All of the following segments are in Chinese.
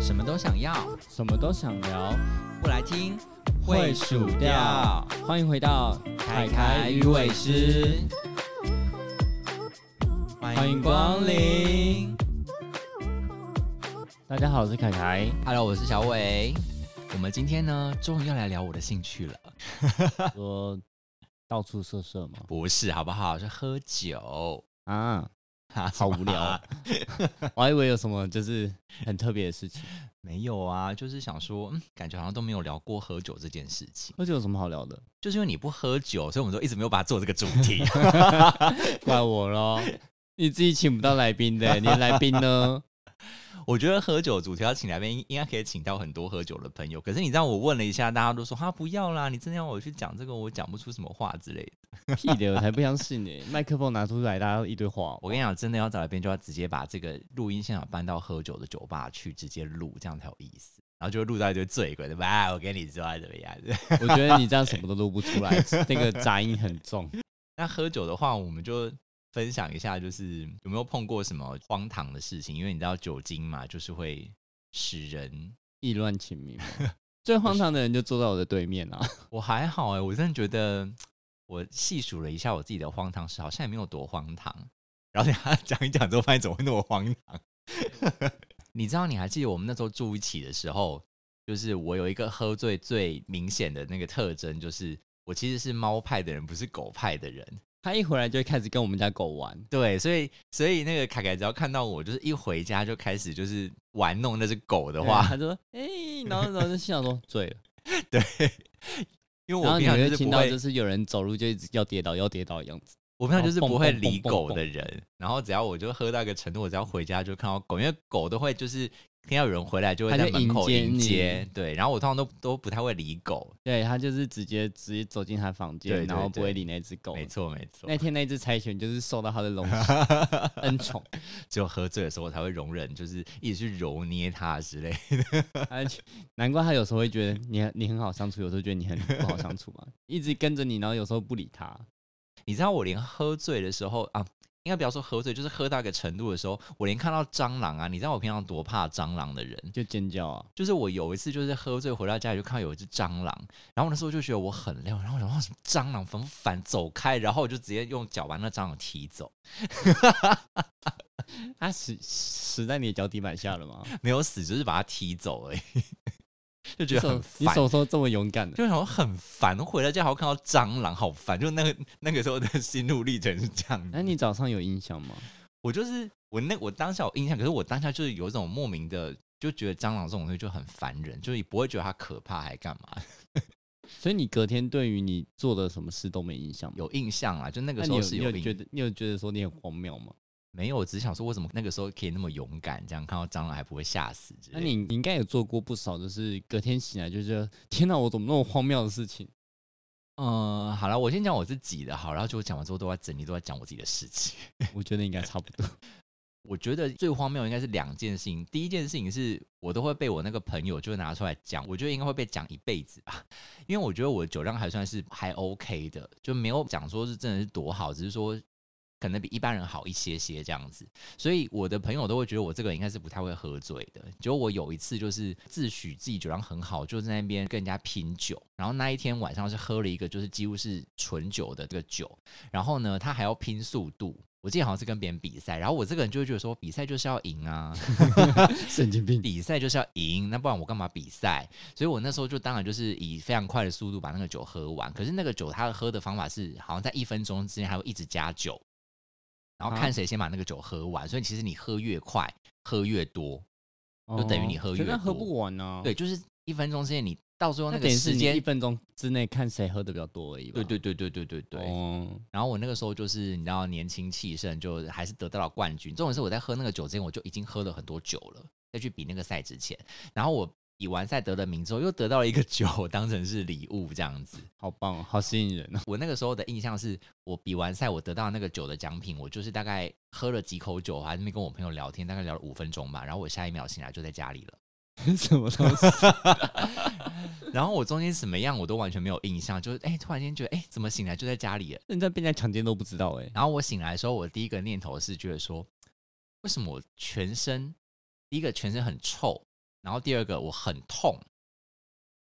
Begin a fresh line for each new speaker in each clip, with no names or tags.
什么都想要，
什么都想聊，
不来听
会数掉。欢迎回到凯凯与伟师，欢迎光临。大家好，我是凯 凯。
Hello，我是小伟。我们今天呢，终于要来聊我的兴趣了，
说到处色色吗？
不是好不好？是喝酒。
啊，
啊
好无聊、
啊
啊！ 我还以为有什么就是很特别的事情，
没有啊，就是想说，嗯，感觉好像都没有聊过喝酒这件事情。
喝酒有什么好聊的？
就是因为你不喝酒，所以我们都一直没有把它做这个主题。
怪我咯，你自己请不到来宾 的，你的来宾 呢？
我觉得喝酒主题要请来宾，应应该可以请到很多喝酒的朋友。可是你让我问了一下，大家都说他、啊、不要啦，你真的要我去讲这个，我讲不出什么话之类的。
屁的，我才不相信呢！麦克风拿出来，大家一堆话。
我跟你讲，真的要找来宾，就要直接把这个录音现场搬到喝酒的酒吧去，直接录，这样才有意思。然后就会录到一堆醉鬼的，哇，我跟你说啊怎么样？
我觉得你这样什么都录不出 来，那个杂音很重。
那喝酒的话，我们就分享一下，就是有没有碰过什么荒唐的事情？因为你知道酒精嘛，就是会使人……
意乱情迷 嘛。最荒唐的人就坐在我的对面啊！
我还好哎、我真的觉得我细数了一下我自己的荒唐事，好像也没有多荒唐。然后他讲一讲之后，发现怎么会那么荒唐？ 你知道，你还记得我们那时候住一起的时候，就是我有一个喝醉最明显的那个特征，就是我其实是猫派的人，不是狗派的人。
他一回来就会开始跟我们家狗玩，
对，所以所以那个凯凯只要看到我，就是一回家就开始就是玩弄那只狗的
对
话，
他就说：“哎、然后然后就心想说 醉了。
因”为
啊然
我
后你
平常就
会
是
听
不
到
会，
就是有人走路就一直要跌倒要跌倒的样子。
我平常就是不会
然后蹦
理
蹦蹦
狗
蹦
的人。然后只要我就喝到一个程度，我只要回家就看到狗，因为狗都会就是听到有人回来就会
它
在
就
门
迎
口
接
迎
你
接，对。然后我通常都都不太会理狗，
对他就是直接直接走进他房间，
对对
然后不会
对
理那只狗。
没错没错
那。天那只柴犬就是受到他的 笼恩宠，
只有喝醉的时候我才会容忍，就是一直去揉捏它之类。
而且 难怪他有时候会觉得你很你很好相处，有时候觉得你很不好相处嘛，一直跟着你，然后有时候不理他。
你知道我连喝醉的时候啊，应该不要说喝醉，就是喝到一个程度的时候，我连看到蟑螂啊，你知道我平常多怕蟑螂的人，
就尖叫啊！
就是我有一次就是喝醉回到家里就看到有一只蟑螂，然后那时候就觉得我很累，然后我想哇什么蟑螂烦不烦，走开，然后我就直接用脚把那蟑螂踢走，
它死死在你的脚底板下了吗？
没有死，只是把它踢走而已， 就觉得
你
很
手你
烦。
手说这么勇敢的，
就想说很烦，回到家还要看到蟑螂，好烦。就那个那个时候的心路历程是这样子。
哎那你早上有印象吗？
我就是我那我当下有印象，可是我当下就是有一种莫名的就觉得蟑螂这种东西就很烦人，就是也不会觉得它可怕还干嘛，
所以你隔天对于你做的什么事都没印象吗？，
有印象啊，就那个
那
时
你
候
有
是
你有
印
觉得你有觉得说你很荒谬吗？
没有，我只是想说为什么那个时候可以那么勇敢，这样看到蟑螂还不会吓死之类
那
的。
你你应该有做过不少，就是隔天醒来就觉得天哪，我怎么那么荒谬的事情？
嗯，好了，我先讲我自己的好，然后就我讲完之后都在整理，都在讲我自己的事情。
我觉得应该差不多。
我觉得最荒谬应该是两件事情。第一件事情是我都会被我那个朋友就拿出来讲，我觉得应该会被讲一辈子吧，因为我觉得我的酒量还算是还 OK 的，就没有讲说是真的是多好，只是说可能比一般人好一些些这样子。所以我的朋友都会觉得我这个人应该是不太会喝醉的。结果我有一次就是自诩自己酒量很好，就在那边跟人家拼酒，然后那一天晚上是喝了一个就是几乎是纯酒的这个酒，然后呢，他还要拼速度。我记得好像是跟别人比赛，然后我这个人就会觉得说，比赛就是要赢 啊，
神经病！
比赛就是要赢，那不然我干嘛比赛？所以我那时候就当然就是以非常快的速度把那个酒喝完。可是那个酒他喝的方法是，好像在一分钟之内还会一直加酒，然后看
啊
谁先把那个酒喝完。所以其实你喝越快，喝越多，就等于你喝
哦
越
可是喝
多
不完啊。
对，，就是一分钟之内你到最后
那
那
等
个
于
时
是你一
间。
分钟之内看谁喝的比较多而已吧。
对对对对对对对，
哦，
然后我那个时候就是你知道年轻气盛，就还是得到了冠军。重点是我在喝那个酒之前，我就已经喝了很多酒了，再去比那个赛之前，然后我比完赛得了名之后，又得到了一个酒当成是礼物这样子。
好棒哦，好吸引人哦。
我那个时候的印象是我比完赛，我得到那个酒的奖品，我就是大概喝了几口酒，还在那边跟我朋友聊天，大概聊了五分钟吧，然后我下一秒醒来就在家里了。
什么东西？
然后我中间什么样我都完全没有印象，就是哎、突然间觉得哎、怎么醒来就在家里了。
人家被人家强奸都不知道哎、
然后我醒来的时候，我第一个念头是觉得说，为什么我全身第一个全身很臭，然后第二个我很痛，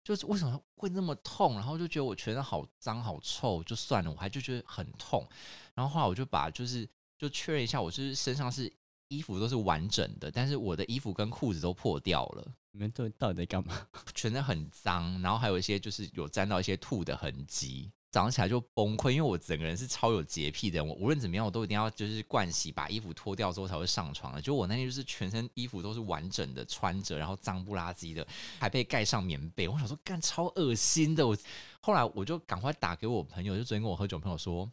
就是为什么会那么痛？然后就觉得我全身好脏好臭，就算了，我还就觉得很痛。然后后来我就把就是就确认一下，我就是身上是衣服都是完整的，但是我的衣服跟裤子都破掉了。
你们到底到底在干嘛？
全身很脏，然后还有一些就是有沾到一些吐的痕迹。早上起来就崩溃，因为我整个人是超有洁癖的人，我无论怎么样我都一定要就是盥洗，把衣服脱掉之后才会上床的。就我那天就是全身衣服都是完整的穿着，然后脏不拉几的，还被盖上棉被。我想说干超恶心的。我后来我就赶快打给我朋友，就昨天跟我喝酒的朋友说，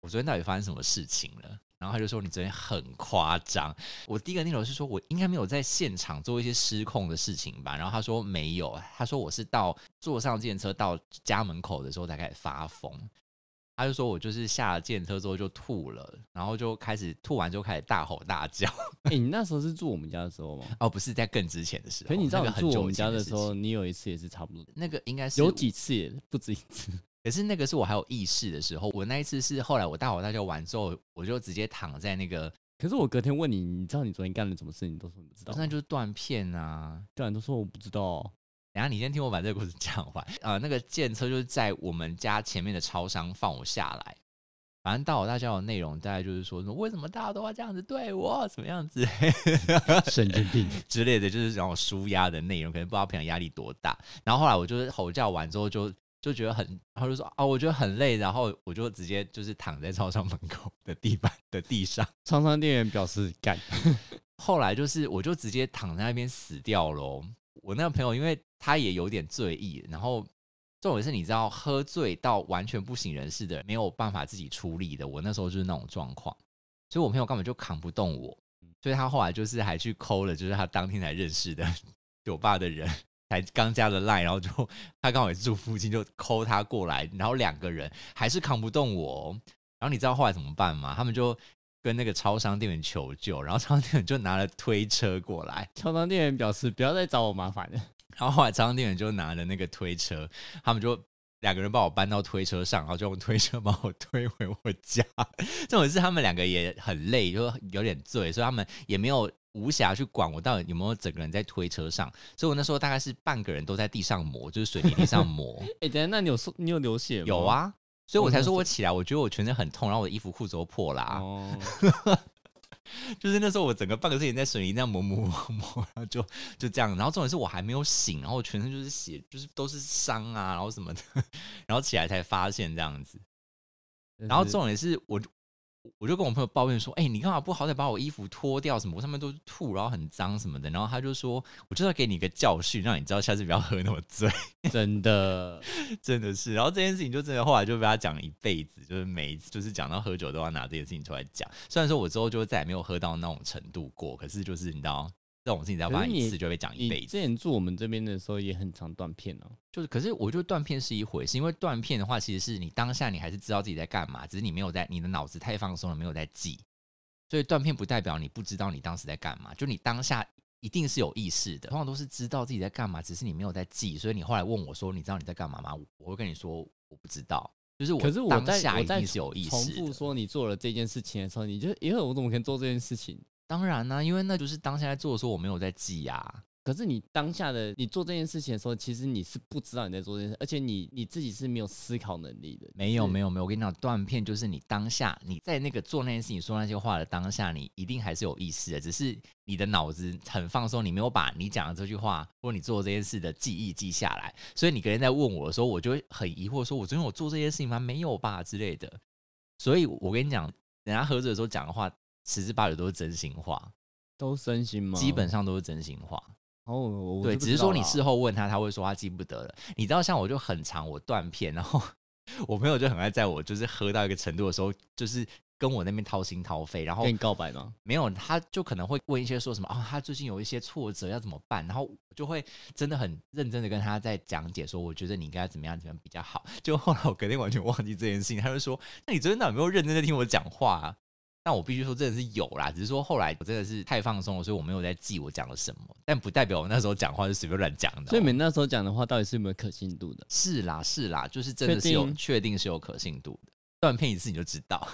我昨天到底发生什么事情了？然后他就说你昨天很夸张，我第一个念头是说，我应该没有在现场做一些失控的事情吧？然后他说没有，他说我是到坐上电车到家门口的时候才开始发疯。他就说我就是下了电车之后就吐了，然后就开始吐完之后开始大吼大叫。
哎、你那时候是住我们家的时候 吗？
哦，不是在更之前的时候，
可是你知道
哦那
你
个很
住
久
我们
以前
家的
的
时候，
事情，
你有一次也是差不多，
那个应该是
有几次也不止一次。
可是那个是我还有意识的时候，我那一次是后来我大吼大叫完之后，我就直接躺在那个，
可是我隔天问你，你知道你昨天干了什么事？你都说你不知道，
那就是断片啊，
对啊，你都说我不知 道哦、
然后你先听我把这个故事 讲完。呃，那个建车就是在我们家前面的超商放我下来，反正大吼大叫的内容大概就是说，为什么大家都要这样子对我，怎么样子
神经病。
之类的，就是让我舒压的内容，可能不知道平常压力多大。然后后来我就是吼叫完之后就。就觉得很，然后就说啊，我觉得很累，然后我就直接就是躺在超商门口的地板的地上，
超商店员表示干，
后来就是我就直接躺在那边死掉喽。我那个朋友因为他也有点醉意，然后重点是你知道喝醉到完全不省人事的人没有办法自己处理的，我那时候就是那种状况，所以我朋友根本就扛不动我，所以他后来就是还去抠了，就是他当天才认识的 酒吧的人。才刚加了 line，然后就 他刚好也是住附近，就抠他过来，然后两个人还是扛不动我哦。然后你知道后来怎么办吗？他们就跟那个超商店员求救，然后超商店员就拿了推车过来，
超商店员表示不要再找我麻烦了。
然后后来超商店员就拿了那个推车，他们就两个人把我搬到推车上，然后就用推车把我推回我家。 这种是他们两个也很累，就有点醉，所以他们也没有无暇去管我到底有没有整个人在推车上。所以我那时候大概是半个人都在地上磨，就是水泥地上磨。
哎、等一下，那你有说 你有流血吗？
有，啊，所以我才说
哦
我起来，我觉得我全身很痛，然后我的衣服裤子都破啊啦、
哦，
就是那时候我整个半个身体在水泥那样磨磨磨磨， 然后就就这样，然后重点是我还没有醒，然后我全身就是血，就是都是伤啊，然后什么的， 然后起来才发现这样子。然后重点是我就我就跟我朋友抱怨说，哎、你干嘛不好歹把我衣服脱掉什么？我上面都是吐，然后很脏什么的。然后他就说，我就是要给你一个教训，让你知道下次不要喝那么醉，
真的，
真的是。然后这件事情就真的后来就被他讲一辈子，就是每一次就是讲到喝酒都要拿这件事情出来讲。虽然说我之后就再也没有喝到那种程度过，可是就是你知道。这种事情只要发生一
可是
次就会被讲一
你
辈
之
子，
前住我们这边的时候也很常断片哦、
就是可是我觉得断片是一回事，因为断片的话其实是你当下你还是知道自己在干嘛，只是你没有在你的脑子太放松了，没有在记，所以断片不代表你不知道你当时在干嘛，就你当下一定是有意识的，通常都是知道自己在干嘛，只是你没有在记，所以你后来问我说你知道你在干嘛吗？我会跟你说我不知道，就是我
可是我
当
在
下
我
一
在
定是有意识
重
的
复说你做了这件事情的时候，你就因为我怎么可能做这件事情？
当然呢、因为那就是当下在做的时候我没有在记啊，
可是你当下的你做这件事情的时候，其实你是不知道你在做这件事，而且你你自己是没有思考能力的。
没有没
有，
有没有，我跟你讲，断片就是你当下你在那个做那件事情、说那些话的当下，你一定还是有意识的，只是你的脑子很放松，你没有把你讲的这句话或你做这件事的记忆记下来，所以你隔天在问我的时候，我就会很疑惑，说我昨天有做这件事情吗？没有吧之类的。所以我跟你讲，人家喝醉的时候讲的话，十之八九都是真心话，
都身心吗？
基本上都是真心话。
哦，我我
对，
就不
只是
知道
说你
啦
事后问他，他会说他记不得了。你知道，像我就很常我断片，然后 我朋友就很爱在我就是喝到一个程度的时候，就是跟我那边掏心掏肺，然后啊
跟你告白吗？
没有他就可能会问一些说什么啊、他最近有一些挫折要怎么办，然后我就会真的很认真的跟他在讲解说，我觉得你应该怎么样怎么样比较好。就后来我隔天完全忘记这件事情，他就说，那你昨天哪有没有认真在听我讲话、啊？但我必须说真的是有啦，只是说后来我真的是太放松了，所以我没有在记我讲了什么，但不代表我那时候讲话是随便乱讲的哦、
所以你们那时候讲的话，到底是有没有可信度的？
是啦是啦，就是真的
确
是有
定
确定是有可信度的。断片一次你就知道，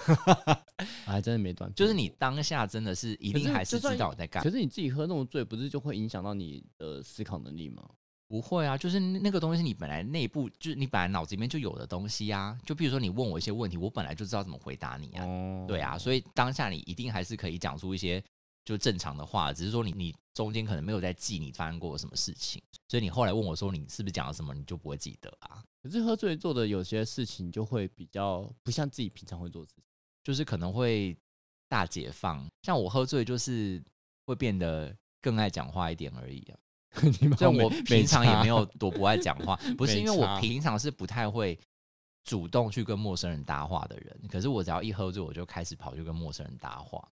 我还真的没断片。
就是你当下真的是一
可
定
是
还是
就算
知道我在干嘛
可是你自己喝那种醉，不是就会影响到你的思考能力吗？
不会啊，就是那个东西，你本来内部就是你本来脑子里面就有的东西啊。就比如说你问我一些问题，我本来就知道怎么回答你啊。
哦
对啊，，所以当下你一定还是可以讲出一些就正常的话，只是说你你中间可能没有在记你发生过什么事情，所以你后来问我说你是不是讲了什么，你就不会记得啊。
可是喝醉做的有些事情就会比较不像自己平常会做的事情。
就是可能会大解放，像我喝醉就是会变得更爱讲话一点而已啊。
你们
所以
哦没
我平常也没，有
差
多不爱讲话，不是
没
因为我
差
平常是不太会主动去跟陌生人搭话的人，可是我只要一喝醉，我就开始跑去跟陌生人搭话。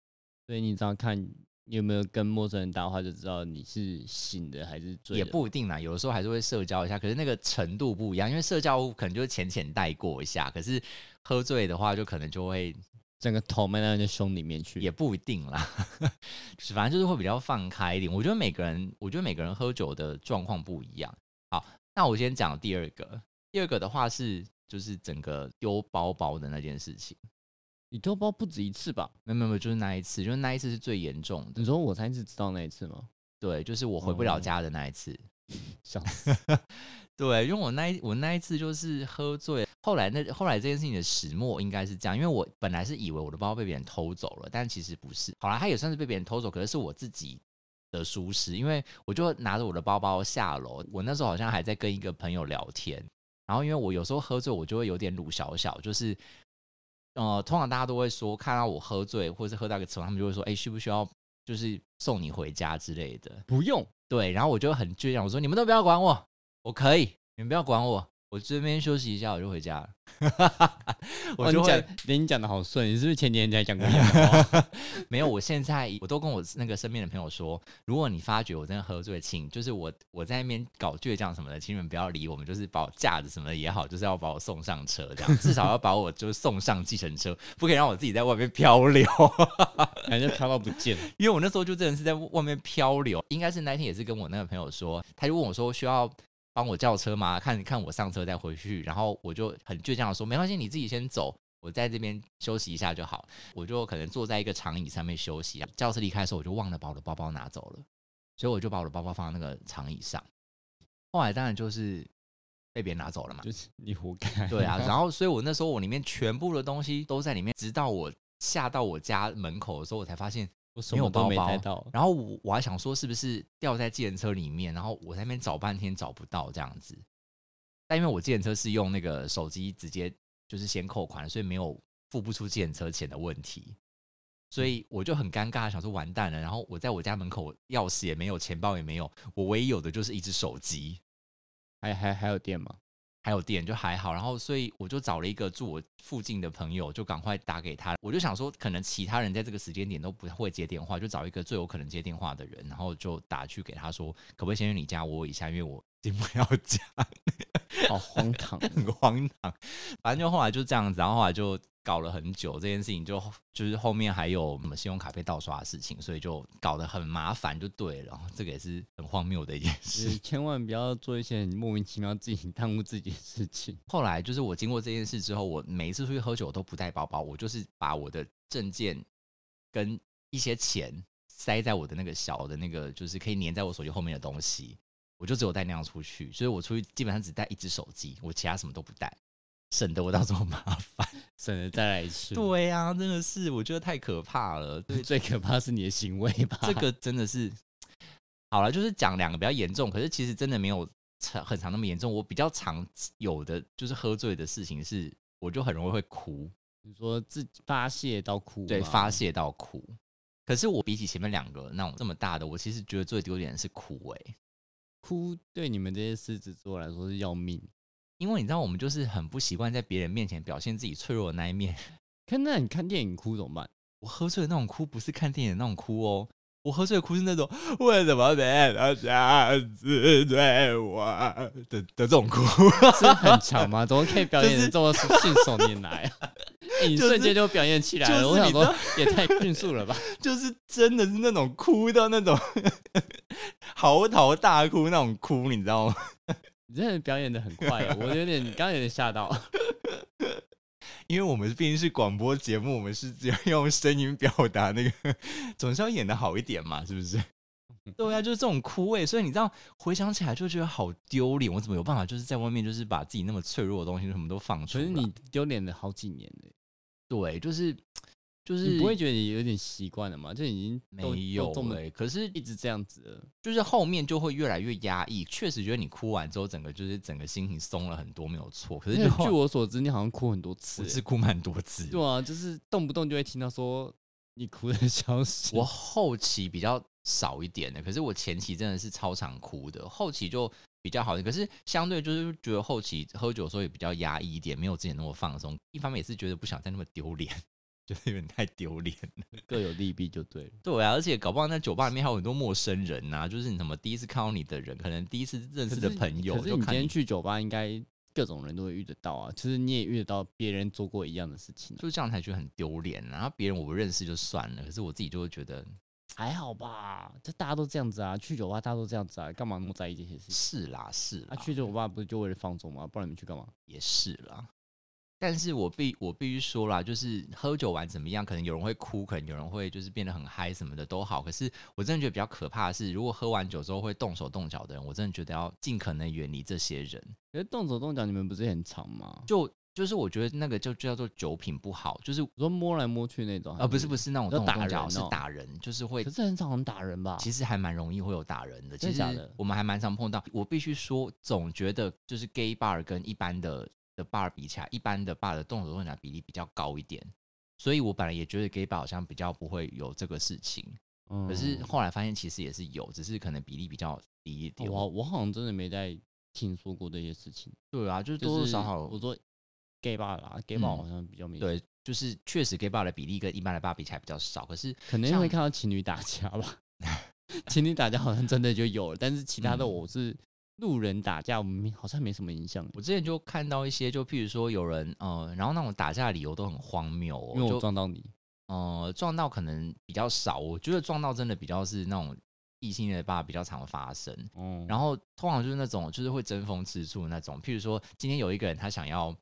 所以你只要看有没有跟陌生人搭话，就知道你是醒的还是醉
也
的。
不一定啦，有的时候还是会社交一下，可是那个程度不一样，因为社交可能就浅浅带过一下，可是喝醉的话就可能就会
整个头埋到人家胸里面去。
也不一定啦， 就是反正就是会比较放开一点。我觉得每个人，我觉得每个人喝酒的状况不一样。好，那我先讲第二个，第二个的话是就是整个丢包包的那件事情。
你丢包不止一次吧？
没有没有没有，就是那一次，就是那一次是最严重的。
你说我上一次知道那一次吗？
对，就是我回不了
嗯哦
家的那一次。
笑死！
对，因为我那一我那一次就是喝醉，后来那后来这件事情的始末应该是这样，因为我本来是以为我的包被别人偷走了，但其实不是。好啦，他也算是被别人偷走，可是是我自己的疏失，因为我就拿着我的包包下楼，我那时候好像还在跟一个朋友聊天，然后因为我有时候喝醉，我就会有点鲁小小，就是。呃，通常大家都会说，看到我喝醉或是喝到一个程度，他们就会说：“哎、需不需要就是送你回家之类的？”
不用，
对，然后我就很倔强，我说你们都不要管我，我可以，你们不要管我，我这边休息一下我就回家了。 我
哦
就
你
会、
讲，连你讲的好顺，你是不是前几天才讲过一样 的话？
没有，我现在我都跟我那个身边的朋友说，如果你发觉我真的喝醉，请就是我我在那边搞倔强什么的，请你们不要理我们，就是把我架着什么的也好，就是要把我送上车，这样至少要把我就是送上计程车，不可以让我自己在外面漂流。
感觉飘到不见了。
因为我那时候就真的是在外面漂流，应该是那天也是跟我那个朋友说，他就问我说需要帮我叫车吗？看看我上车再回去，然后我就很倔强的说没关系，你自己先走，我在这边休息一下就好。我就可能坐在一个长椅上面休息啊。教室离开的时候，我就忘了把我的包包拿走了，所以我就把我的包包放在那个长椅上。后来当然就是被别人拿走 了嘛，
就是你活该。
对啊，然后所以我那时候我里面全部的东西都在里面，直到我下到我家门口的时候，我才发现。
我什么都没 带到，
然后我我还想说是不是掉在计程车里面，然后我在那边找半天找不到这样子。但因为我计程车是用那个手机直接就是先扣款，所以没有付不出计程车钱的问题，所以我就很尴尬，想说完蛋了。然后我在我家门口钥匙也没有，钱包也没有，我唯一有的就是一只手机，
还还还有电吗？
还有电就还好，然后所以我就找了一个住我附近的朋友，就赶快打给他。我就想说，可能其他人在这个时间点都不会接电话，就找一个最有可能接电话的人，然后就打去给他说，可不可以先去你家我一下，因为我进不了家，，
好荒唐啊
很荒唐。反正就后来就这样子，然后后来就搞了很久这件事情就，就是后面还有什么信用卡被盗刷的事情，所以就搞得很麻烦，就对了。这个也是很荒谬的一件事
就是千万不要做一些很莫名其妙自己 耽误自己的事情。
后来就是我经过这件事之后，我每一次出去喝酒我都不带包包，我就是把我的证件跟一些钱塞在我的那个小的那个，就是可以粘在我手机后面的东西，我就只有带那样出去，所以我出去基本上只带一只手机，我其他什么都不带，省得我到时候麻烦。
省得再来一 次。，
对呀、啊，真的是我觉得太可怕了。对，
最可怕是你的行为吧？
这个真的是好了，就是讲两个比较严重，可是其实真的没有长很长那么严重。我比较常有的就是喝醉的事情是，我就很容易会哭，
你说自己发泄到哭，
对，发。泄到哭。可是我比起前面两个那种这么大的，我其实觉得最丢脸的是哭诶、
哭对你们这些狮子座来说是要命。
因为你知道我们就是很不习惯在别人面前表现自己脆弱的那一面。
看，那你看电影哭怎么办？
我喝醉的那种哭，不是看电影的那种哭哦，我喝醉哭是那种为什么别人这样子对我的的这种哭，
是很强吗？怎么可以表演
就
得
是
这么信手拈来啊？欸你
就是
瞬间就表演起来
就
了，
是
我想
你
说也太迅速了吧？
就是真的是那种哭到那种 嚎啕大哭那种哭，你知道吗？
你真的表演的很快啊，我有点刚刚有点 吓到。
因为我们毕竟是广播节目，我们是只要用声音表达那个，总是要演的好一点嘛，是不是？对啊，就是这种枯萎，所以你这样回想起来就觉得好丢脸。我怎么有办法就是在外面就是把自己那么脆弱的东西什么都放出来？
可是你丢脸了好几年了欸，
对，就是就是
你不会觉得你有点习惯了吗？就已经都
没有
都这么
哎、可是
一直这样子了。
就是后面就会越来越压抑。确实觉得你哭完之后，整个就是整个心情松了很多，没有错。可是就
因为据我所知，你好像哭很多次
我
欸，
是哭蛮多次的，
对啊，就是动不动就会听到说你哭的 消失。
我后期比较少一点的，可是我前期真的是超常哭的，后期就比较好一点。可是相对就是觉得后期喝酒的时候也比较压抑一点，没有之前那么放松。一方面也是觉得不想再那么丢脸，觉得有点太丢脸了。
各有利弊就对了。
对啊，而且搞不好那酒吧里面还有很多陌生人呐、就是你什么第一次看到你的人，可能第一次认
可
识
是
的朋友，
可是
就
你今
看
天去酒吧，应该各种人都会遇得到啊。就是你也遇得到别人做过一样的事情啊、
就这样才觉得很丢脸、啊然后别人我不认识就算了，可是我自己就会觉得
还好吧？这大家都这样子啊，去酒吧大家都这样子啊，干嘛那么在意这些事情？
是啦是啦，
啊，去酒吧不是就为了放松吗？不然你们去干嘛？
也是啦。但是我必我必须说啦，就是喝酒完怎么样，可能有人会哭，可能有人会就是变得很嗨什么的都好。可是我真的觉得比较可怕的是，如果喝完酒之后会动手动脚的人，我真的觉得要尽可能远离这些人。
可是动手动脚，你们不是也很长吗？就
就就是我觉得那个就就叫做酒品不好，就是
说摸来摸去那种，
呃不是不
是，
是那种
要
动手动
打
脚
人
是
哦
打人，就是会
可是很少人打人吧？
其实还蛮容易会有打人的，
真
其
的
实
假的
我们还蛮常碰到。我必须说，总觉得就是 gay bar 跟一般的的 bar 比起来，一般的 bar 的动手动脚比例比较高一点，所以我本来也觉得 gay bar 好像比较不会有这个事情，
嗯
可是后来发现其实也是有，只是可能比例比较低一点。
我我好像真的没在听说过这些事情，
对啊，就是
就是
多多少少，
我说 gay bar 啦，gay bar
嗯
好像比较没，，
对，就是确实 gay bar 的比例跟一般的 bar 比起来比较少，可是
可能
像
会看到情侣打架 吧，情侣打架好像真的就有了，但是其他的
嗯
我是路人打架，我没好像没什么印象，
我之前就看到一些，就譬如说有人，呃，然后那种打架的理由都很荒谬哦，
因为我
就
撞到你，
呃，撞到可能比较少，我觉得撞到真的比较是那种异性恋的吧，比较常发生。
哦，
然后通常就是那种就是会争风吃醋的那种，譬如说今天有一个人他想要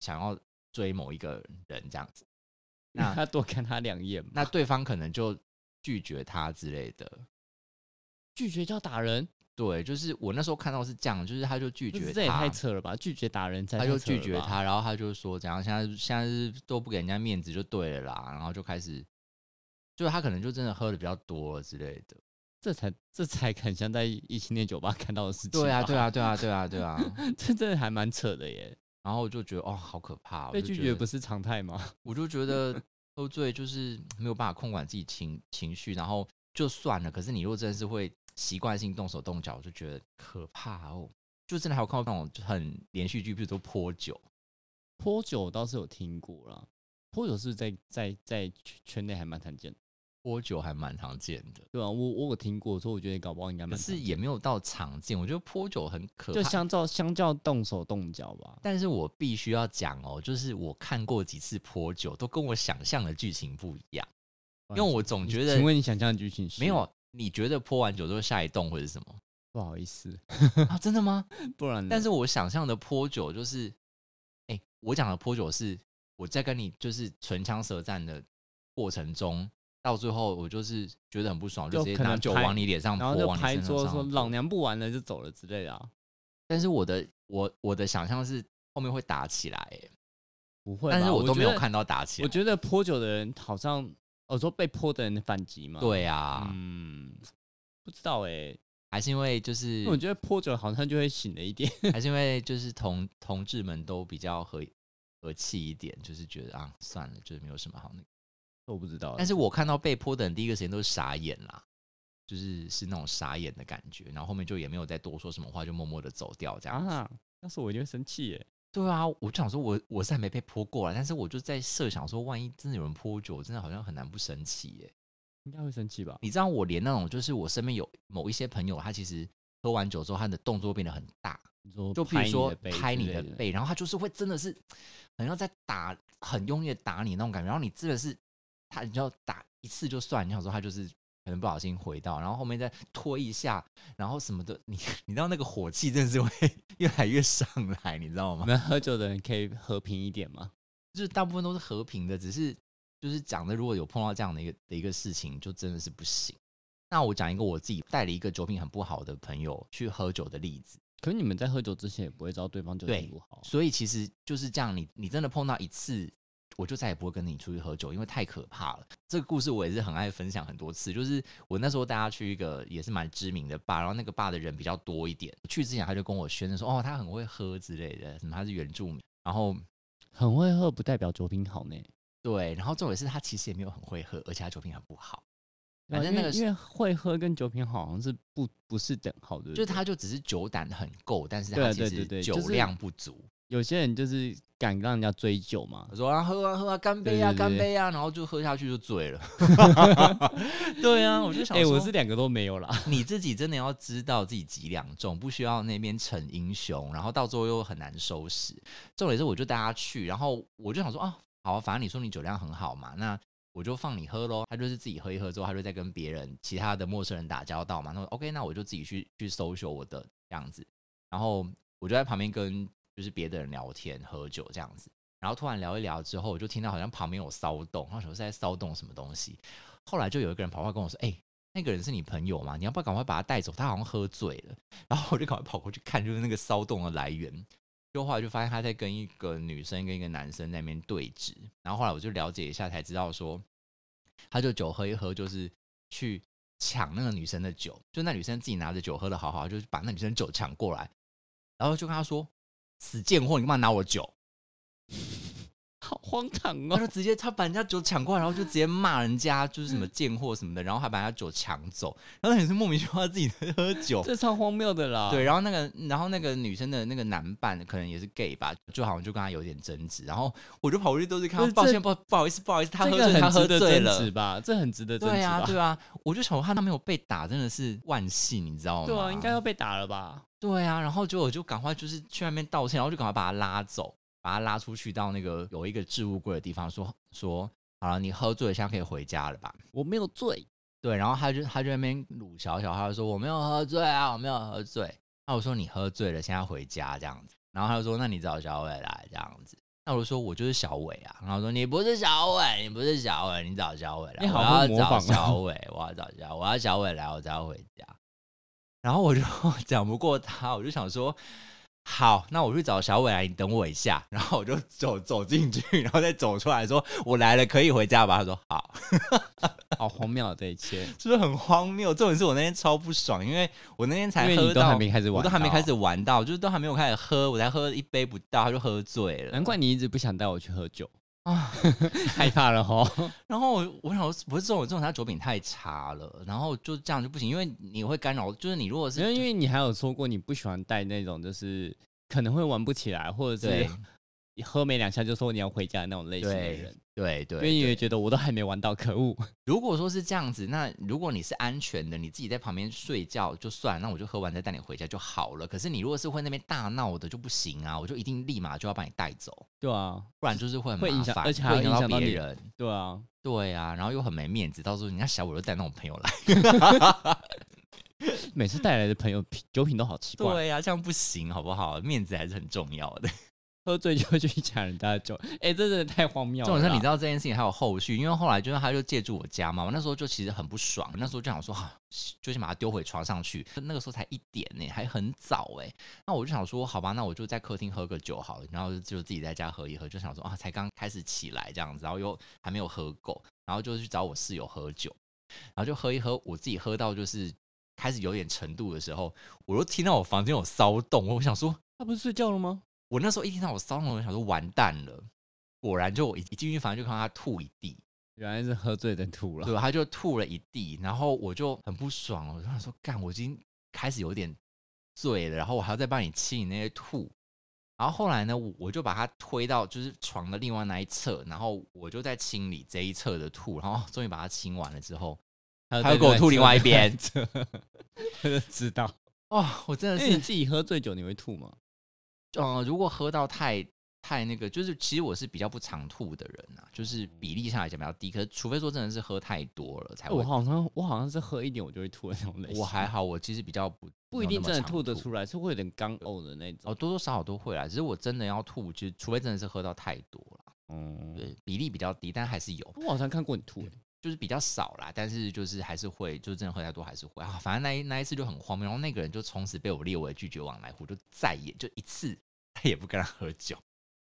想要追某一个人这样子， 那
他多看他两眼嘛，
那对方可能就拒绝他之类的。
拒绝叫打人，
对，就是我那时候看到是这样，就是他就拒
不
绝
是
他，
这也太扯了吧，拒绝打人才
他
太
就
扯了
拒绝
吧，
他，然后他就说怎样，现在现在是都不给人家面子就对了啦，然后就开始，就是他可能就真的喝的比较多了之类的。
这才这才很像在异性恋酒吧看到的事情，
对啊，对
啊，
啊，对 啊，对啊，对啊。
这真的还蛮扯的耶，
然后我就觉得哦，好可怕哦，
被
我就
拒
觉
绝
得
不是常态吗？
我就觉得喝醉就是没有办法控管自己情情绪，然后就算了。可是你如果真的是会习惯性动手动脚，我就觉得可怕哦。就真的还有看到那种很连续剧，比如说泼酒，
泼酒倒是有听过啦，泼酒是在在在圈圈内还蛮常见的，
泼酒还蛮常见的，
对啊，我我有听过，所以我觉得搞不好应该
可
蛮常
是
见
也没有到常见。我觉得泼酒很可
的。
怕，
就相较相较动手动脚吧，
但是我必须要讲哦，就是我看过几次泼酒，都跟我想象的剧情不一样，因为我总
你
觉得
请问你想象的剧情是
没有。啊你觉得泼完酒之后下一栋会是什 么
不好意思，
啊？真的吗？
不然呢
但是我想象的泼酒就是，哎、我讲的泼酒是我在跟你就是唇枪舌战的过程中，到最后我就是觉得很不爽，就
就
直接
可
拿
能
酒
拍
往你脸上
然后
泼，
就
往你
拍
身上
桌说
泼
老娘不玩了就走了之类的啊，
但是我的我我的想象是后面会打起来、哎
不会吧，
但是
我
都
觉
没有
得
看。到打起来。
我觉得泼酒的人好像，我说被泼的人的反击嘛，
对啊，
嗯，不知道哎、
还是因为就是
因为我觉得泼酒好像就会醒了一点，
还是因为就是同同志们都比较和和气一点，就是觉得啊算了，就是没有什么好那个。
我不知道欸，
但是我看到被泼的人第一个时间都是傻眼啦，就是是那种傻眼的感觉，然后后面就也没有再多说什么话，就默默的走掉这样子。
啊，要是我一定会生气耶。
对啊，我就想说我我是还没被泼过啦，但是我就在设想说，万一真的有人泼酒，我真的好像很难不生气耶、
应该会生气吧？
你知道我连那种就是我身边有某一些朋友，他其实喝完酒之后他的动作变得很大，
你说
就比如说拍你的
的背
背，然后他就是会真的是很像在打，很用力的打你那种感觉，然后你真的是他，你知道打一次就算，你想说他就是可能不小心回到，然后后面再拖一下，然后什么的，你你知道那个火气真的是会 越来越上来，你知道
之类的。我
吗？
们喝酒的人可以和平一点吗？
就是大部分都是和平的，只是就是讲的，如果有碰到这样的一个的一个事情，就真的是不行。那我讲一个我自己带了一个酒品很不好的朋友去喝酒的例子，
可是你们在喝酒之前也不会知道对方酒
对
品不好啊，
所以其实就是这样，你你真的碰到一次，我就再也不会跟你出去喝酒，因为太可怕了。这个故事我也是很爱分享很多次，就是我那时候带他去一个也是蛮知名的吧，然后那个吧的人比较多一点，去之前他就跟我宣称说，哦，他很会喝之类的，什么他是原住民，然后
很会喝不代表酒品好呢。
对，然后重点是他其实也没有很会喝，而且他酒品很不好。
对
反
啊
正
因
那
为
个
因为会喝跟酒品好好像是不不是等号的，
就是他就只是酒胆很够，但是
对
他
啊
其
对对
实
对
酒
就是
量不足。
有些人就是敢让人家追酒嘛
我，说啊，喝啊喝啊，干杯啊
对对对
干杯啊，然后就喝下去就醉了。 对啊，我就想
哎、
说，
我是两个都没有 啦。
你自己真的要知道自己几两重，不需要那边逞英雄，然后到最后又很难收拾。重点是，我就带他去，然后我就想说啊，好啊反正你说你酒量很好嘛，那我就放你喝喽。他就是自己喝一喝之后，他就在跟别人、其他的陌生人打交道嘛。那我 OK，那我就自己去去搜 o 我的这样子，然后我就在旁边跟就是别的人聊天、喝酒这样子。然后突然聊一聊之后，我就听到好像旁边有骚动，然后想说是在骚动什么东西。后来就有一个人跑过来跟我说：“哎、那个人是你朋友吗？你要不要赶快把他带走？他好像喝醉了。”然后我就赶快跑过去看，就是那个骚动的来源。就后来就发现他在跟一个女生跟一个男生在那边对峙。然后后来我就了解一下，才知道说，他就酒喝一喝，就是去抢那个女生的酒，就那女生自己拿着酒喝的好好，就是把那女生酒抢过来，然后就跟他说：“死贱货，你干嘛拿我的酒？”
好荒唐
他
哦！
就直接他把人家酒抢过来，然后就直接骂人家就是什么贱货什么的，然后还把人家酒抢走，然后也是莫名其妙自己喝酒。
这超荒谬的啦。
对，，然后那个，然后那个女生的那个男伴可能也是 gay 吧，就好像就跟他有点争执，然后我就跑过去都是看
不
他，
是
抱
这
歉，不不好意思，不好意思，他
这
喝
个
醉，他
很
喝
值得
醉
争
了
执，吧？这很值得争执
对啊，
吧？
对啊，我就想说他他没有被打，真的是万幸，你知道吗？
对 啊，应该要被打了吧？
对啊，然后就我就赶快就是去那边道歉，然后就赶快把他拉走，把他拉出去到那个有一个置物柜的地方，说说好了，你喝醉了，现在可以回家了吧？
我没有醉，
对，然后他就他就在那边鲁小小，他就说我没有喝醉啊，我没有喝醉。那我说你喝醉了，现在回家这样子。然后他就说那你找小伟来这样子。那我就说我就是小伟啊。然后他说你不是小伟，你不是小伟，你找小伟来。
你好
我要
会模仿
找
啊
小伟，我要找小，我要小伟来，我才要回家。然后我就 讲不过他，我就想说。好，那我去找小伟来，啊你等我一下。 然后我就走走进去，然后再走出来说：“我来了，可以回家吧？”他说：“好。”
好荒谬啊这一切，
是不是很荒谬？重点是我那天超不爽，因为我那天才
因为
喝
你都还
到，
没开始玩，
我都还没开，始玩到，就是都还没有开始喝，我才喝一杯不到，他就喝醉了。
难怪你一直不想带我去喝酒
啊
啊， 害怕了哦吼。
然后我我想说，不是这种这种，他酒品太差了，然后就这样就不行，因为你会干扰，就是你如果
没有，
是
因为你还有说过你不喜欢带那种就是可能会玩不起来，或者
对
是喝没两下就说你要回家的那种类型的人，
对
因为
对，
你也觉得我都还没玩到，可恶。
如果说是这样子，那如果你是安全的，你自己在旁边睡觉就算，那我就喝完再带你回家就好了。可是你如果是会那边大闹的就不行啊，我就一定立马就要把你带走，
对啊，
不然就是会很
会
麻
影响
烦
而且还
会
会影
到
响到
别
你
人。
对啊，
对啊，然后又很没面子，到时候人家小我就带那种朋友来。
每次带来的朋友品酒品都好奇怪，
对啊，这样不行，好不好？面子还是很重要的。
喝醉就去抢人家的酒， 哎、这真的太荒谬了
重
啦。
点是你知道这件事情还有后续，因为后来就是他就借住我家嘛，我那时候就其实很不爽，那时候就想说，哈、就先把他丢回床上去。那个时候才一点呢、还很早哎、那我就想说，好吧，那我就在客厅喝个酒好了，然后就自己在家喝一喝，就想说啊，才刚开始起来这样子，然后又还没有喝够，然后就去找我室友喝酒，然后就喝一喝，我自己喝到就是开始有点程度的时候，我就听到我房间有骚动，我想说，
他不是睡觉了吗？
我那时候一听到我骚动，我就想说完蛋了。果然，就我一一进去房间就看到他吐一地，
原来是喝醉的吐了。
对，他就吐了一地，然后我就很不爽了，我就想说，干，我已经开始有点醉了，然后我还要再帮你清理那些吐。然后后来呢，我我就把他推到就是床的另外那一侧，然后我就在清理这一侧的吐，然后终于把它清完了之后，
呃
还有给我吐另外一边，
知 道。
哇，我真
因
的
为你
是，
自己喝醉酒你会吐吗？
呃，如果喝到太太那个，就是其实我是比较不常吐的人啊，就是比例上来讲比较低，可是除非说真的是喝太多了才会
嗯我。好像我好像是喝一点我就会吐的那种类型。
我还好，我其实比较不
不一定真的
吐
吐得出来，是会有点干呕的那种。
哦，多多少少都会啦。只是我真的要吐，就是除非真的是喝到太多了，
嗯，
哦对，比例比较低，但还是有，
我好像看过你吐、欸，
就是比较少啦。但是就是还是会，就是真的喝太多还是会啊。反正那一那一次就很荒谬，然后那个人就从此被我列为拒绝往来户，就再也就一次再也不跟他喝酒。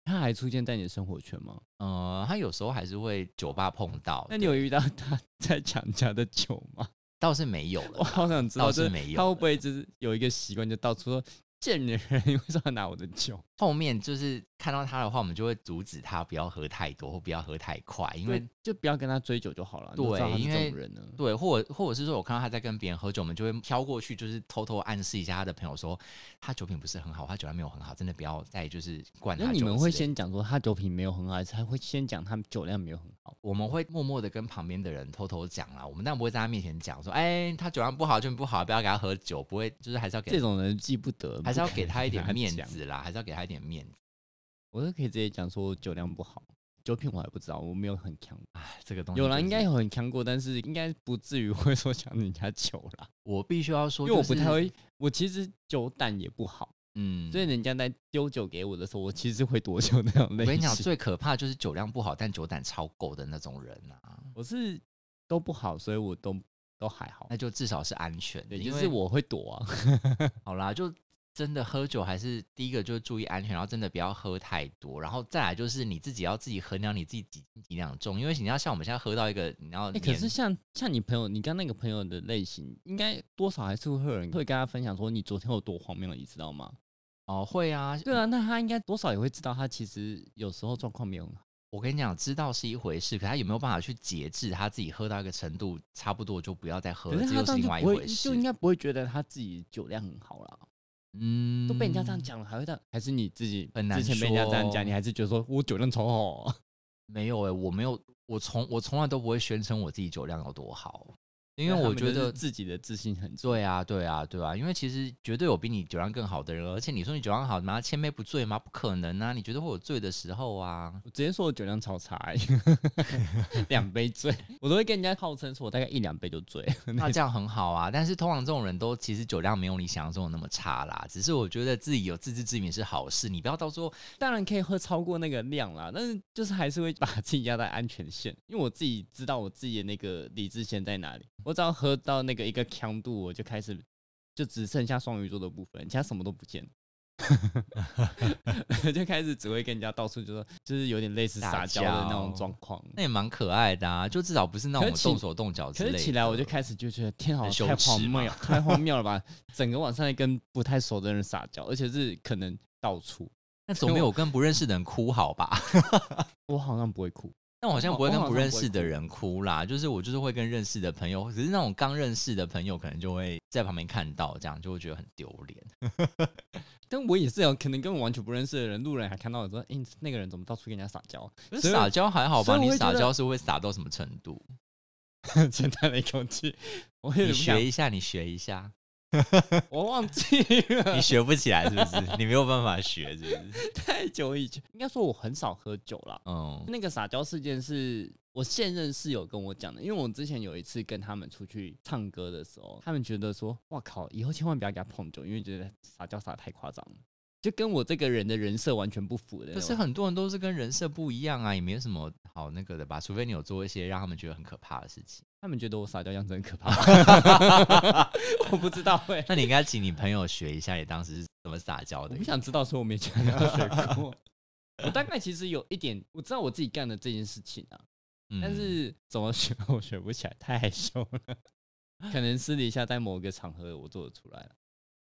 他还出现在你的生活圈吗？
呃，他有时候还是会酒吧碰到，
那你有遇到他在抢人家的酒吗？
倒是没有
我
了，
好想知道，
倒是
就是
没有
他会
了
不会就是有一个习惯，就到处说贱女人， 你为什么要拿我的酒？
后面就是看到他的话，我们就会阻止他不要喝太多或不要喝太快，因为
对就不要跟他追酒就好了。你都
对
知道他是
因
这
为
种人呢，
对，或者或者是说我看到他在跟别人喝酒，我们就会飘过去，就是偷偷暗示一下他的朋友说，他酒品不是很好，他酒量没有很好，真的不要再就是灌他
那
酒之类的。
你们会先讲说他酒品没有很好，还是他会先讲他酒量没有很好？
我们会默默的跟旁边的人偷偷讲啦，我们但不会在他面前讲说，哎、他酒量不好，酒品不好，不要给他喝酒，不会，就是还是要给
这种人记不得，
还是要
不可
给他一
能
点面
讲。
子啦，还是要给他一点面子。
我是可以直接讲说我酒量不好，酒品我还不知道，我没有很强。
哎，这个东西
有
就
啦，应
是
该有很强过，但是应该不至于会说抢人家酒啦，
我必须要说、
因
哦就
为我不
是
太，会，我其实酒胆也不好，
嗯，
所以人家在丢酒给我的时候，我其实会躲酒那种类型。
我跟你讲，最可怕就是酒量不好但酒胆超够的那种人啊，
我是都不好，所以我都都还好
那。就至少是安全的。
对，
因
就
为
是我会躲啊。
好啦，就真的喝酒还是第一个就是注意安全，然后真的不要喝太多，然后再来就是你自己要自己衡量你自己几几两重，因为你要像我们现在喝到一个，你要
哎、
年、
可是像像你朋友，你刚那个朋友的类型，应该多少还是会有人会跟他分享说你昨天有多荒谬，你知道吗？
哦会啊，
对啊，那他应该多少也会知道，他其实有时候状况没有很好。
我跟你讲，知道是一回事，可他有没有办法去节制他自己喝到一个程度，差不多就不要再喝
可
了，
是
这
他
又是
这样
另
就
外一
不
回
会，
事。
就应该不会觉得他自己酒量很好啦。
嗯
都被人家这样讲了，还会这样？还是你自己
很难
之前被人家这样讲，
说
你还是觉得说我酒量超好啊、
没有哎、我没有，我从我从来都不会宣称我自己酒量有多好，因 为
那他
我
们就
觉
是
得
自己的自信很重。
对啊，对啊，对啊，因为其实绝对有比你酒量更好的人，而且你说你酒量好，妈千杯不醉吗？不可能啊！你绝对会有醉的时候啊。
我直接说我酒量超差、欸， 两杯醉，我都会跟人家号称说我大概一两杯就醉。
那这样很好啊，但是通常这种人都其实酒量没有你想象中的那么差啦。只是我觉得自己有自知之明是好事，你不要到时候
当然可以喝超过那个量啦， 但是就是还是会把自己压在安全线，因为我自己知道我自己的那个理智线在哪里。我只要喝到那个一个强度，我就开始就只剩下双鱼座的部分，其他什么都不见。 就开始只会跟人家到处就说，就是有点类似撒
打
娇的那种
娇
状况。
那也蛮可爱的啊，就至少不是那
可
种
是起
动手动脚之
可
类的。
是起来我就开始就觉得，天啊，
很羞
太荒
耻嘛
谬， 太荒谬了吧！整个晚上在跟不太熟的人撒娇，而且是可能到处。
那总没有跟不认识的人哭好吧？
我好像不会哭，
但我好像
我
不会
我
跟
哦好
不
像
认
不会
识的
哭
人哭啦，就是我就是会跟认识的朋友，只是那种刚认识的朋友可能就会在旁边看到，这样就会觉得很丢脸。
但我也是有可能跟我完全不认识的人，路人还看到我说，哎、你那个人怎么到处跟人家撒娇？
可是
所以
撒娇还好
所
吧？
以我
你
会觉
撒
得
娇是会撒到什么程度？
简单的一口气，我有
你
点不想
学，一下，你学一下，
我忘记
你
了，
学不起来是不是？你没有办法学是嗯不是？
太久以前，应该说我很少喝酒啦。
嗯，
那个撒娇事件是我现任室友跟我讲的，因为我之前有一次跟他们出去唱歌的时候，他们觉得说，哇靠，以后千万不要给他碰酒，因为觉得撒娇撒得太夸张了，就跟我这个人的人设完全不符的那
可
种。
是很多人都是跟人设不一样啊，也没有什么好那个的吧？除非你有做一些让他们觉得很可怕的事情。
他们觉得我撒娇样子很可怕， 我不知道哎、
那你应该请你朋友学一下，你当时是怎么撒娇
我
的
不？想知道，所以我没去跟他学 过。我大概其实有一点，我知道我自己干的这件事情啊，
嗯
但是怎么学我学不起来，太害羞 了。可能私底下在某个场合我做得出来了，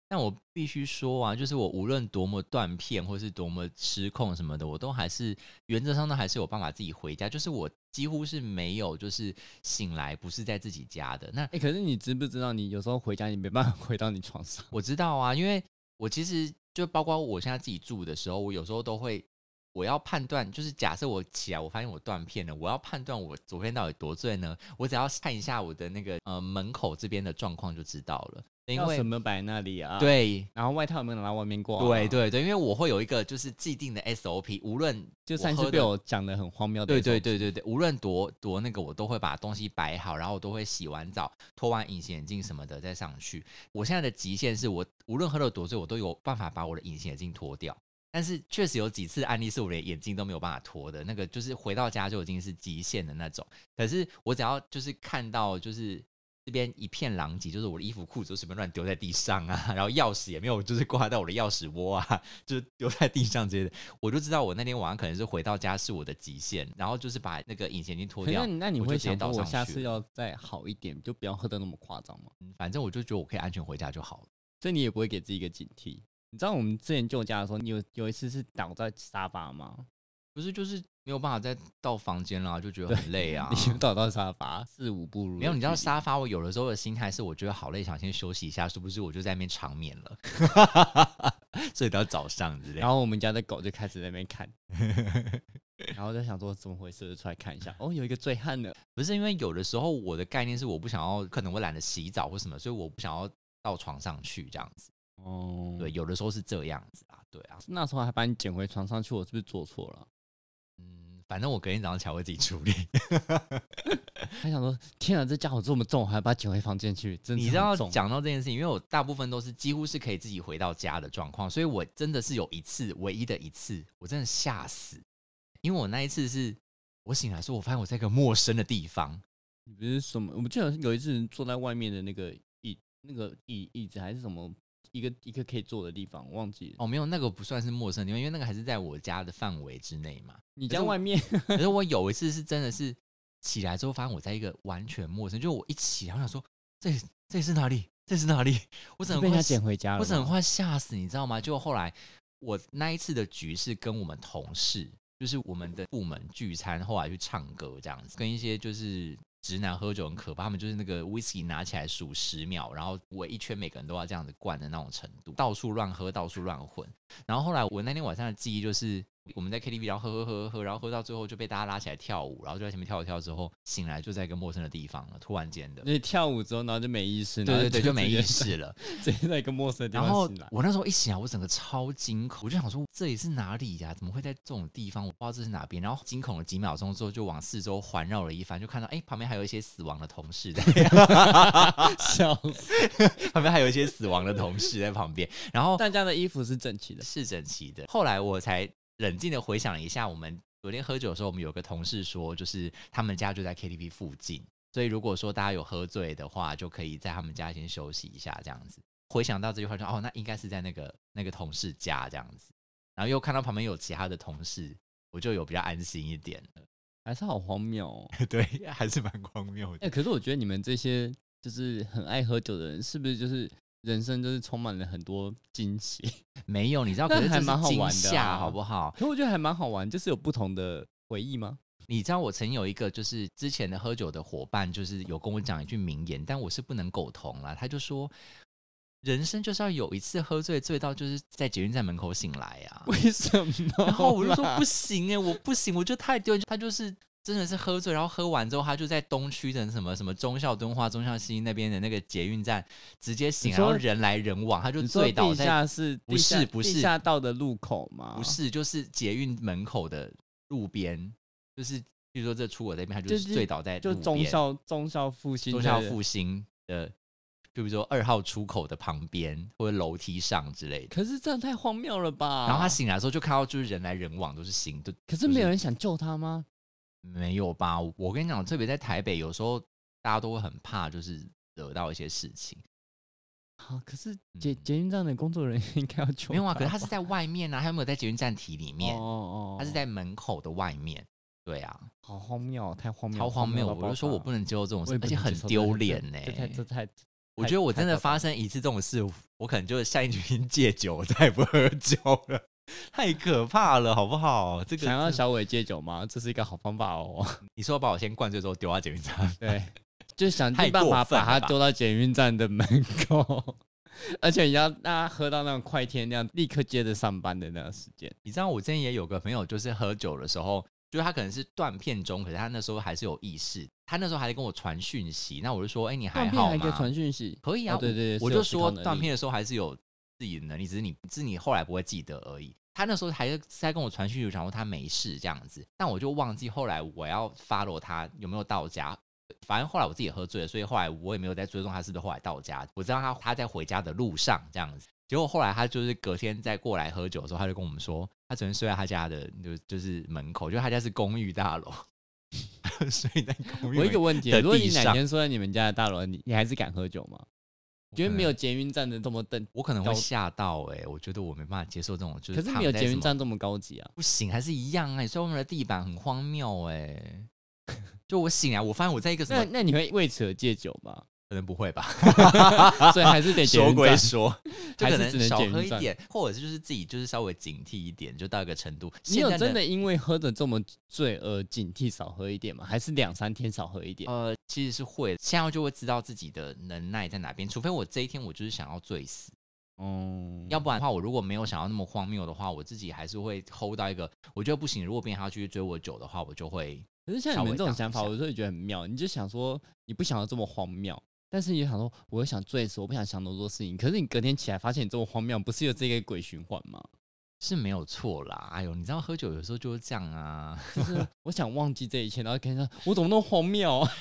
但我必须说啊，就是我无论多么断片或是多么失控什么的，我都还是原则上都还是有办法自己回家。就是我几乎是没有，就是醒来不是在自己家的。那
哎、可是你知不知道，你有时候回家你没办法回到你床上，
我知道啊，因为我其实就包括我现在自己住的时候，我有时候都会我要判断，就是假设我起来，我发现我断片了，我要判断我昨天到底多醉呢？我只要看一下我的那个呃门口这边的状况就知道了，因
要
为
什么摆那里啊？，
对。
然后外套有没有拿到外面挂、
对，对对，因为我会有一个就是既定的 SOP，无论
就
我
上一
喝的
次被我讲的很荒谬的，
对对，对对对，无论多多那个，我都会把东西摆好，然后我都会洗完澡、脱完隐形眼镜什么的再上去。我现在的极限是我无论喝了多醉，我都有办法把我的隐形眼镜脱掉。但是确实有几次案例是我连眼镜都没有办法脱的，那个就是回到家就已经是极限的那种。可是我只要就是看到就是这边一片狼藉，就是我的衣服、裤子都随便乱丢在地上啊，然后钥匙也没有就是挂到我的钥匙窝啊，就是丢在地上之类的，我就知道我那天晚上可能是回到家是我的极限，然后就是把那个隐形眼镜脱
可是
掉
那。你那你
我就
会
直接
想说
倒
我
上
下
去
次
了
要再好一点，就不要喝的那么夸张吗？
反正我就觉得我可以安全回家就好了。
所以你也不会给自己一个警惕。你知道我们之前旧家的时候，你有有一次是倒在沙发吗？
不是，就是没有办法再到房间啦，就觉得很累啊。
你倒到沙发，四五步路的距离。
没有，你知道沙发，我有的时候的心态是，我觉得好累，想先休息一下，是不是？我就在那边长眠了， 睡到早上之类
然
的。
后我们家的狗就开始在那 边看，然后在想说怎么回事，就出来看一下。哦，有一个醉汉了，
不是因为有的时候我的概念是，我不想要，可能我懒得洗澡或什么，所以我不想要到床上去这样子。
哦，
对，，有的时候是这样子啊，对啊，
那时候还把你捡回床上去，我是不是做错了？
嗯，反正我隔天早上起来会自己处理。
还想说，天啊，这家伙这么重，我还把它捡回房间去，真 的
你
是
知
很
道
重
讲到这件事情，因为我大部分都是几乎是可以自己回到家的状况，所以我真的是有一次，唯一的一次，我真的吓死，因为我那一次是我醒来说，我发现我在一个陌生的地方，
你不是什么？我记得有一次你坐在外面的那个椅，那个椅椅子还是什么一个一个可以坐的地方，我忘记了。
哦，没有，那个不算是陌生的地方，因为那个还是在我家的范围之内嘛。
你
可是
家
我
外面
可是我有一次是真的是起来之后，发现我在一个完全陌生，就我一起来，我想说这这是哪里？这是哪里？我整
是
个
被
快
他
吓
捡回家了吗，
我整个快吓死，你知道吗？就后来我那一次的局是跟我们同事，就是我们的部门聚餐，后来去唱歌这样子，跟一些就是直男喝酒很可怕，他们就是那个 whisky 拿起来数十秒，然后围一圈，每个人都要这样子灌的那种程度，到处乱喝，到处乱混。然后后来我那天晚上的记忆就是。我们在 KTV，然后喝喝喝喝喝，然后喝到最后就被大家拉起来跳舞，然后就在前面跳一跳之后，醒来就在一个陌生的地方了，突然间的，
你跳舞之后，然后就没意识，
对对 对，就没意
思，
识了。
直接在一个陌生的地
然后
方醒来。
我那时候一醒来，我整个超惊恐，我就想说这里是哪里呀、怎么会在这种地方？我不知道这是哪边。然后惊恐了几秒钟之后，就往四周环绕了一番，就看到哎、旁边还有一些死亡的同事在，
笑死！
旁边还有一些死亡的同事在旁边，然后
大家的衣服是整齐的，
是整齐的。后来我才冷静的回想了一下，我们昨天喝酒的时候，我们有个同事说，就是他们家就在 KTV 附近，所以如果说大家有喝醉的话，就可以在他们家先休息一下，这样子。回想到这句话就，哦，那应该是在那个那个同事家这样子，然后又看到旁边有其他的同事，我就有比较安心一点了。
还是好荒 谬哦。
对，还是蛮荒谬
哎、。可是我觉得你们这些就是很爱喝酒的人，是不是就是人生就是充满了很多 惊喜？
没有，你知道，
那
可是
还
这
蛮
是
好
惊
玩的
吓，
啊
好不好？
可我觉得还蛮好玩，就是有不同的回忆吗？
你知道我曾有一个就是之前的喝酒的伙伴，就是有跟我讲一句名言，但我是不能苟同啦。他就说，人生就是要有一次喝醉，醉到就是在捷运站门口醒来啊。
为什么？
然后我就说不行哎、我不行，我觉得太丢人。他就是真的是喝醉，然后喝完之后，他就在东区的什么什么忠孝敦化、忠孝西那边的那个捷运站直接醒
你
来，
说
然后人来人往，他就
你说
醉倒
地
在
下是
不是不是
地下道的路口吗？
不，是就是捷运门口的路边，就是。比如说这出我这边，他就
就是是
醉倒在
就
路
中
边
校中校复兴
中校
的
复兴的，就比如说二号出口的旁边或者楼梯上之类的。
可是这样太荒谬了吧？
然后他醒来的时候就看到就是人来人往都是行的，
可是没有人想救他吗？
没有吧？我跟你讲，特别在台北，有时候大家都会很怕，就是惹到一些事情。
好、啊可是捷
嗯
捷运站的工作人员 应该要救吧。
没有啊，可是他是在外面啊，他没有在捷运站体里面
哦，哦哦，
他是在门口的外面。对啊，
好荒谬哦，太荒谬，
超荒谬！
到
我
爆
就说我
炸
不能接受这种
我
事
也，不
而且
能
很
接受这
丢
这
脸欸呢。
这太这太
我觉得我
太
真的
夸张
发生一次这种事，我可能就下一局 戒酒，我再也不喝酒了，太可怕了，好不好？ 这个
想要
这
小伟戒酒吗？这是一个好方法 哦。
你说把我先灌醉之后丢到检运站，
对，就想
太
尽办
过
法
分
把
了
他
吧
丢到捷运站的门口。 而且你要大家喝到那种快天亮，立刻接着上班的那个时间。
你知道我之前也有个朋友，就是喝酒的时候，就是他可能是断片中，可是他那时候还是有意识，他那时候还在跟我传讯息，那我就说，哎、你还
断片
好
还可以
吗？
传讯息，
可以啊，
哦对对对
我
是
就
有思
说
考能力
断片的时候还是有自己的能力，只是你只是你后来不会记得而已。他那时候还是在跟我传讯息，然后他没事这样子，但我就忘记后来我要 follow 他有没有到家。反正后来我自己也喝醉了，所以后来我也没有在追踪他是不是后来到家。我知道他他在回家的路上这样子，结果后来他就是隔天再过来喝酒的时候，他就跟我们说，他昨天睡在他家的就就是门口，就他家是公寓大楼， 睡在公寓
我有
门
一个问题，
的
如果
地
你哪
上
天说在你们家的大楼，你你还是敢喝酒吗？
口
觉得没有捷运站的这么等，
我可能会
高
吓到哎、我觉得我没办法接受这种，就
可是
躺
没有
在
捷
什
运
么
站这么高级啊。
不行，还是一样哎、所以我们的地板很荒谬哎、 就我醒来，我发现我在一个什
那
么，
那你会为此而戒酒 吗？
可能不会 吧，
所以还是得捷
说
运
归
站。
说，就
还
可
是只
能
能
少
捷
喝
运
一
站
点，或者是就是自己就是稍微警惕一点，就到一个程度。
你
现
有
在
真的因为喝的这么醉而警惕少喝一点吗？还是两三天少喝一点？
呃，其实是会，现在就会知道自己的能耐在哪边，除非我这一天我就是想要醉死，
嗯，
哦要不然的话，我如果没有想要那么荒谬的话，我自己还是会 hold 到一个，我觉得不行。如果别人还要继续追我酒的话，我就会
可是像
稍
你
微
们这种
挡一
想法，
下
我就会觉得很妙。你就想说，你不想要这么荒谬，但是你就想说，我又想醉死，我不想想那么多事情。可是你隔天起来发现你这么荒谬，不是有这个鬼循环吗？
是没有错啦。哎呦，你知道喝酒有时候就是这样啊，
就是我想忘记这一切，然后跟他说，我怎么那么荒谬、 啊？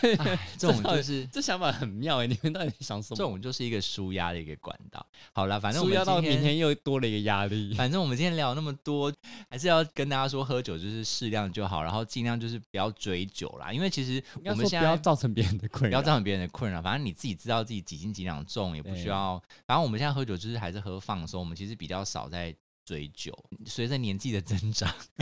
对，
哎这种就是
这想法很妙哎、你们到底想什
这
么？
种就是一个舒压的一个管道。好啦，反正我
输
们
压到
今
明 天又多了一个压力。
反正我们今天聊那么多，还是要跟大家说，喝酒就是适量就好，然后尽量就是不要追酒啦，因为其实
应
我
该
们
说不
现在
要造成别人的困
不要
扰。
造成别人的困扰，反正你自己知道自己几斤几两重，也不需
对
要。反正我们现在喝酒就是还是喝放松，我们其实比较少在追酒。随着年纪的增长，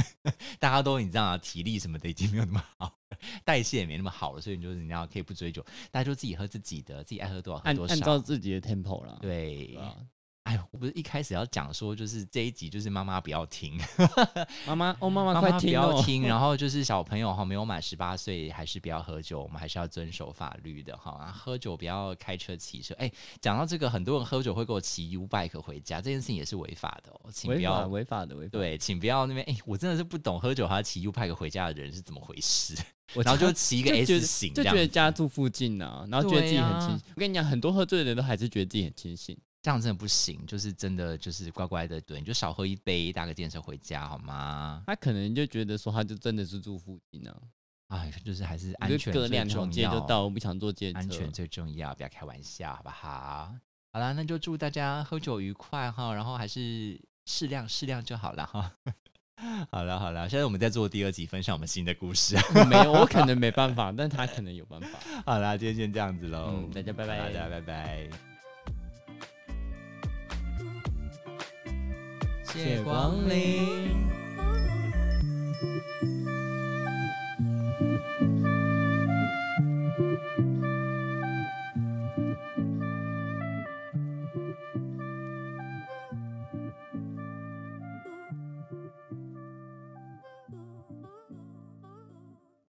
大家都你知道、啊，体力什么的已经没有那么好了，代谢也没那么好了，所以你就是你要可以不追酒，大家就自己喝自己的，自己爱喝多少喝
按
多
按照
少。
自己的 tempo 啦。
对，
啊，
哎呦，我不是一开始要讲说，就是这一集就是妈妈不要听，
妈妈哦，妈妈
妈
快
妈不
听
要
哦！
听，然后就是小朋友哈，没有满十八岁还是不要喝酒，我们还是要遵守法律的哈、啊喝酒不要开车、骑车。哎，讲到这个，很多人喝酒会给我骑 U bike 回家，这件事情也是违法的哦，请不
违法
要。
违法的违法。，
对，请不要那边哎，我真的是不懂喝酒还要骑 U bike 回家的人是怎么回事，
我
然后
家
就骑一个
就觉
S
得
型这
就
样
觉得家住附近啊，然后觉得自己很清
对
醒。我跟你讲，很多喝醉的人都还是觉得自己很清醒。
这样真的不行，就是真的就是乖乖的，对，你就少喝一杯，搭个健身回家好吗？
他可能就觉得说，他就真的是住附近啊，
哎，就是还是
我
安
就
全
隔
最
两条
重
街就
要。
到，我不想坐街车。
安全最重要，不要开玩笑，好不好？好啦，那就祝大家喝酒愉快哈，然后还是适量适量就好了哈。 好了好了，现在我们在做第二集，分享我们新的故事。
我没有，我可能没办法，但他可能有办法。
好啦，今天先这样子喽、
嗯大家拜拜
好啦大家拜拜。
谢光临。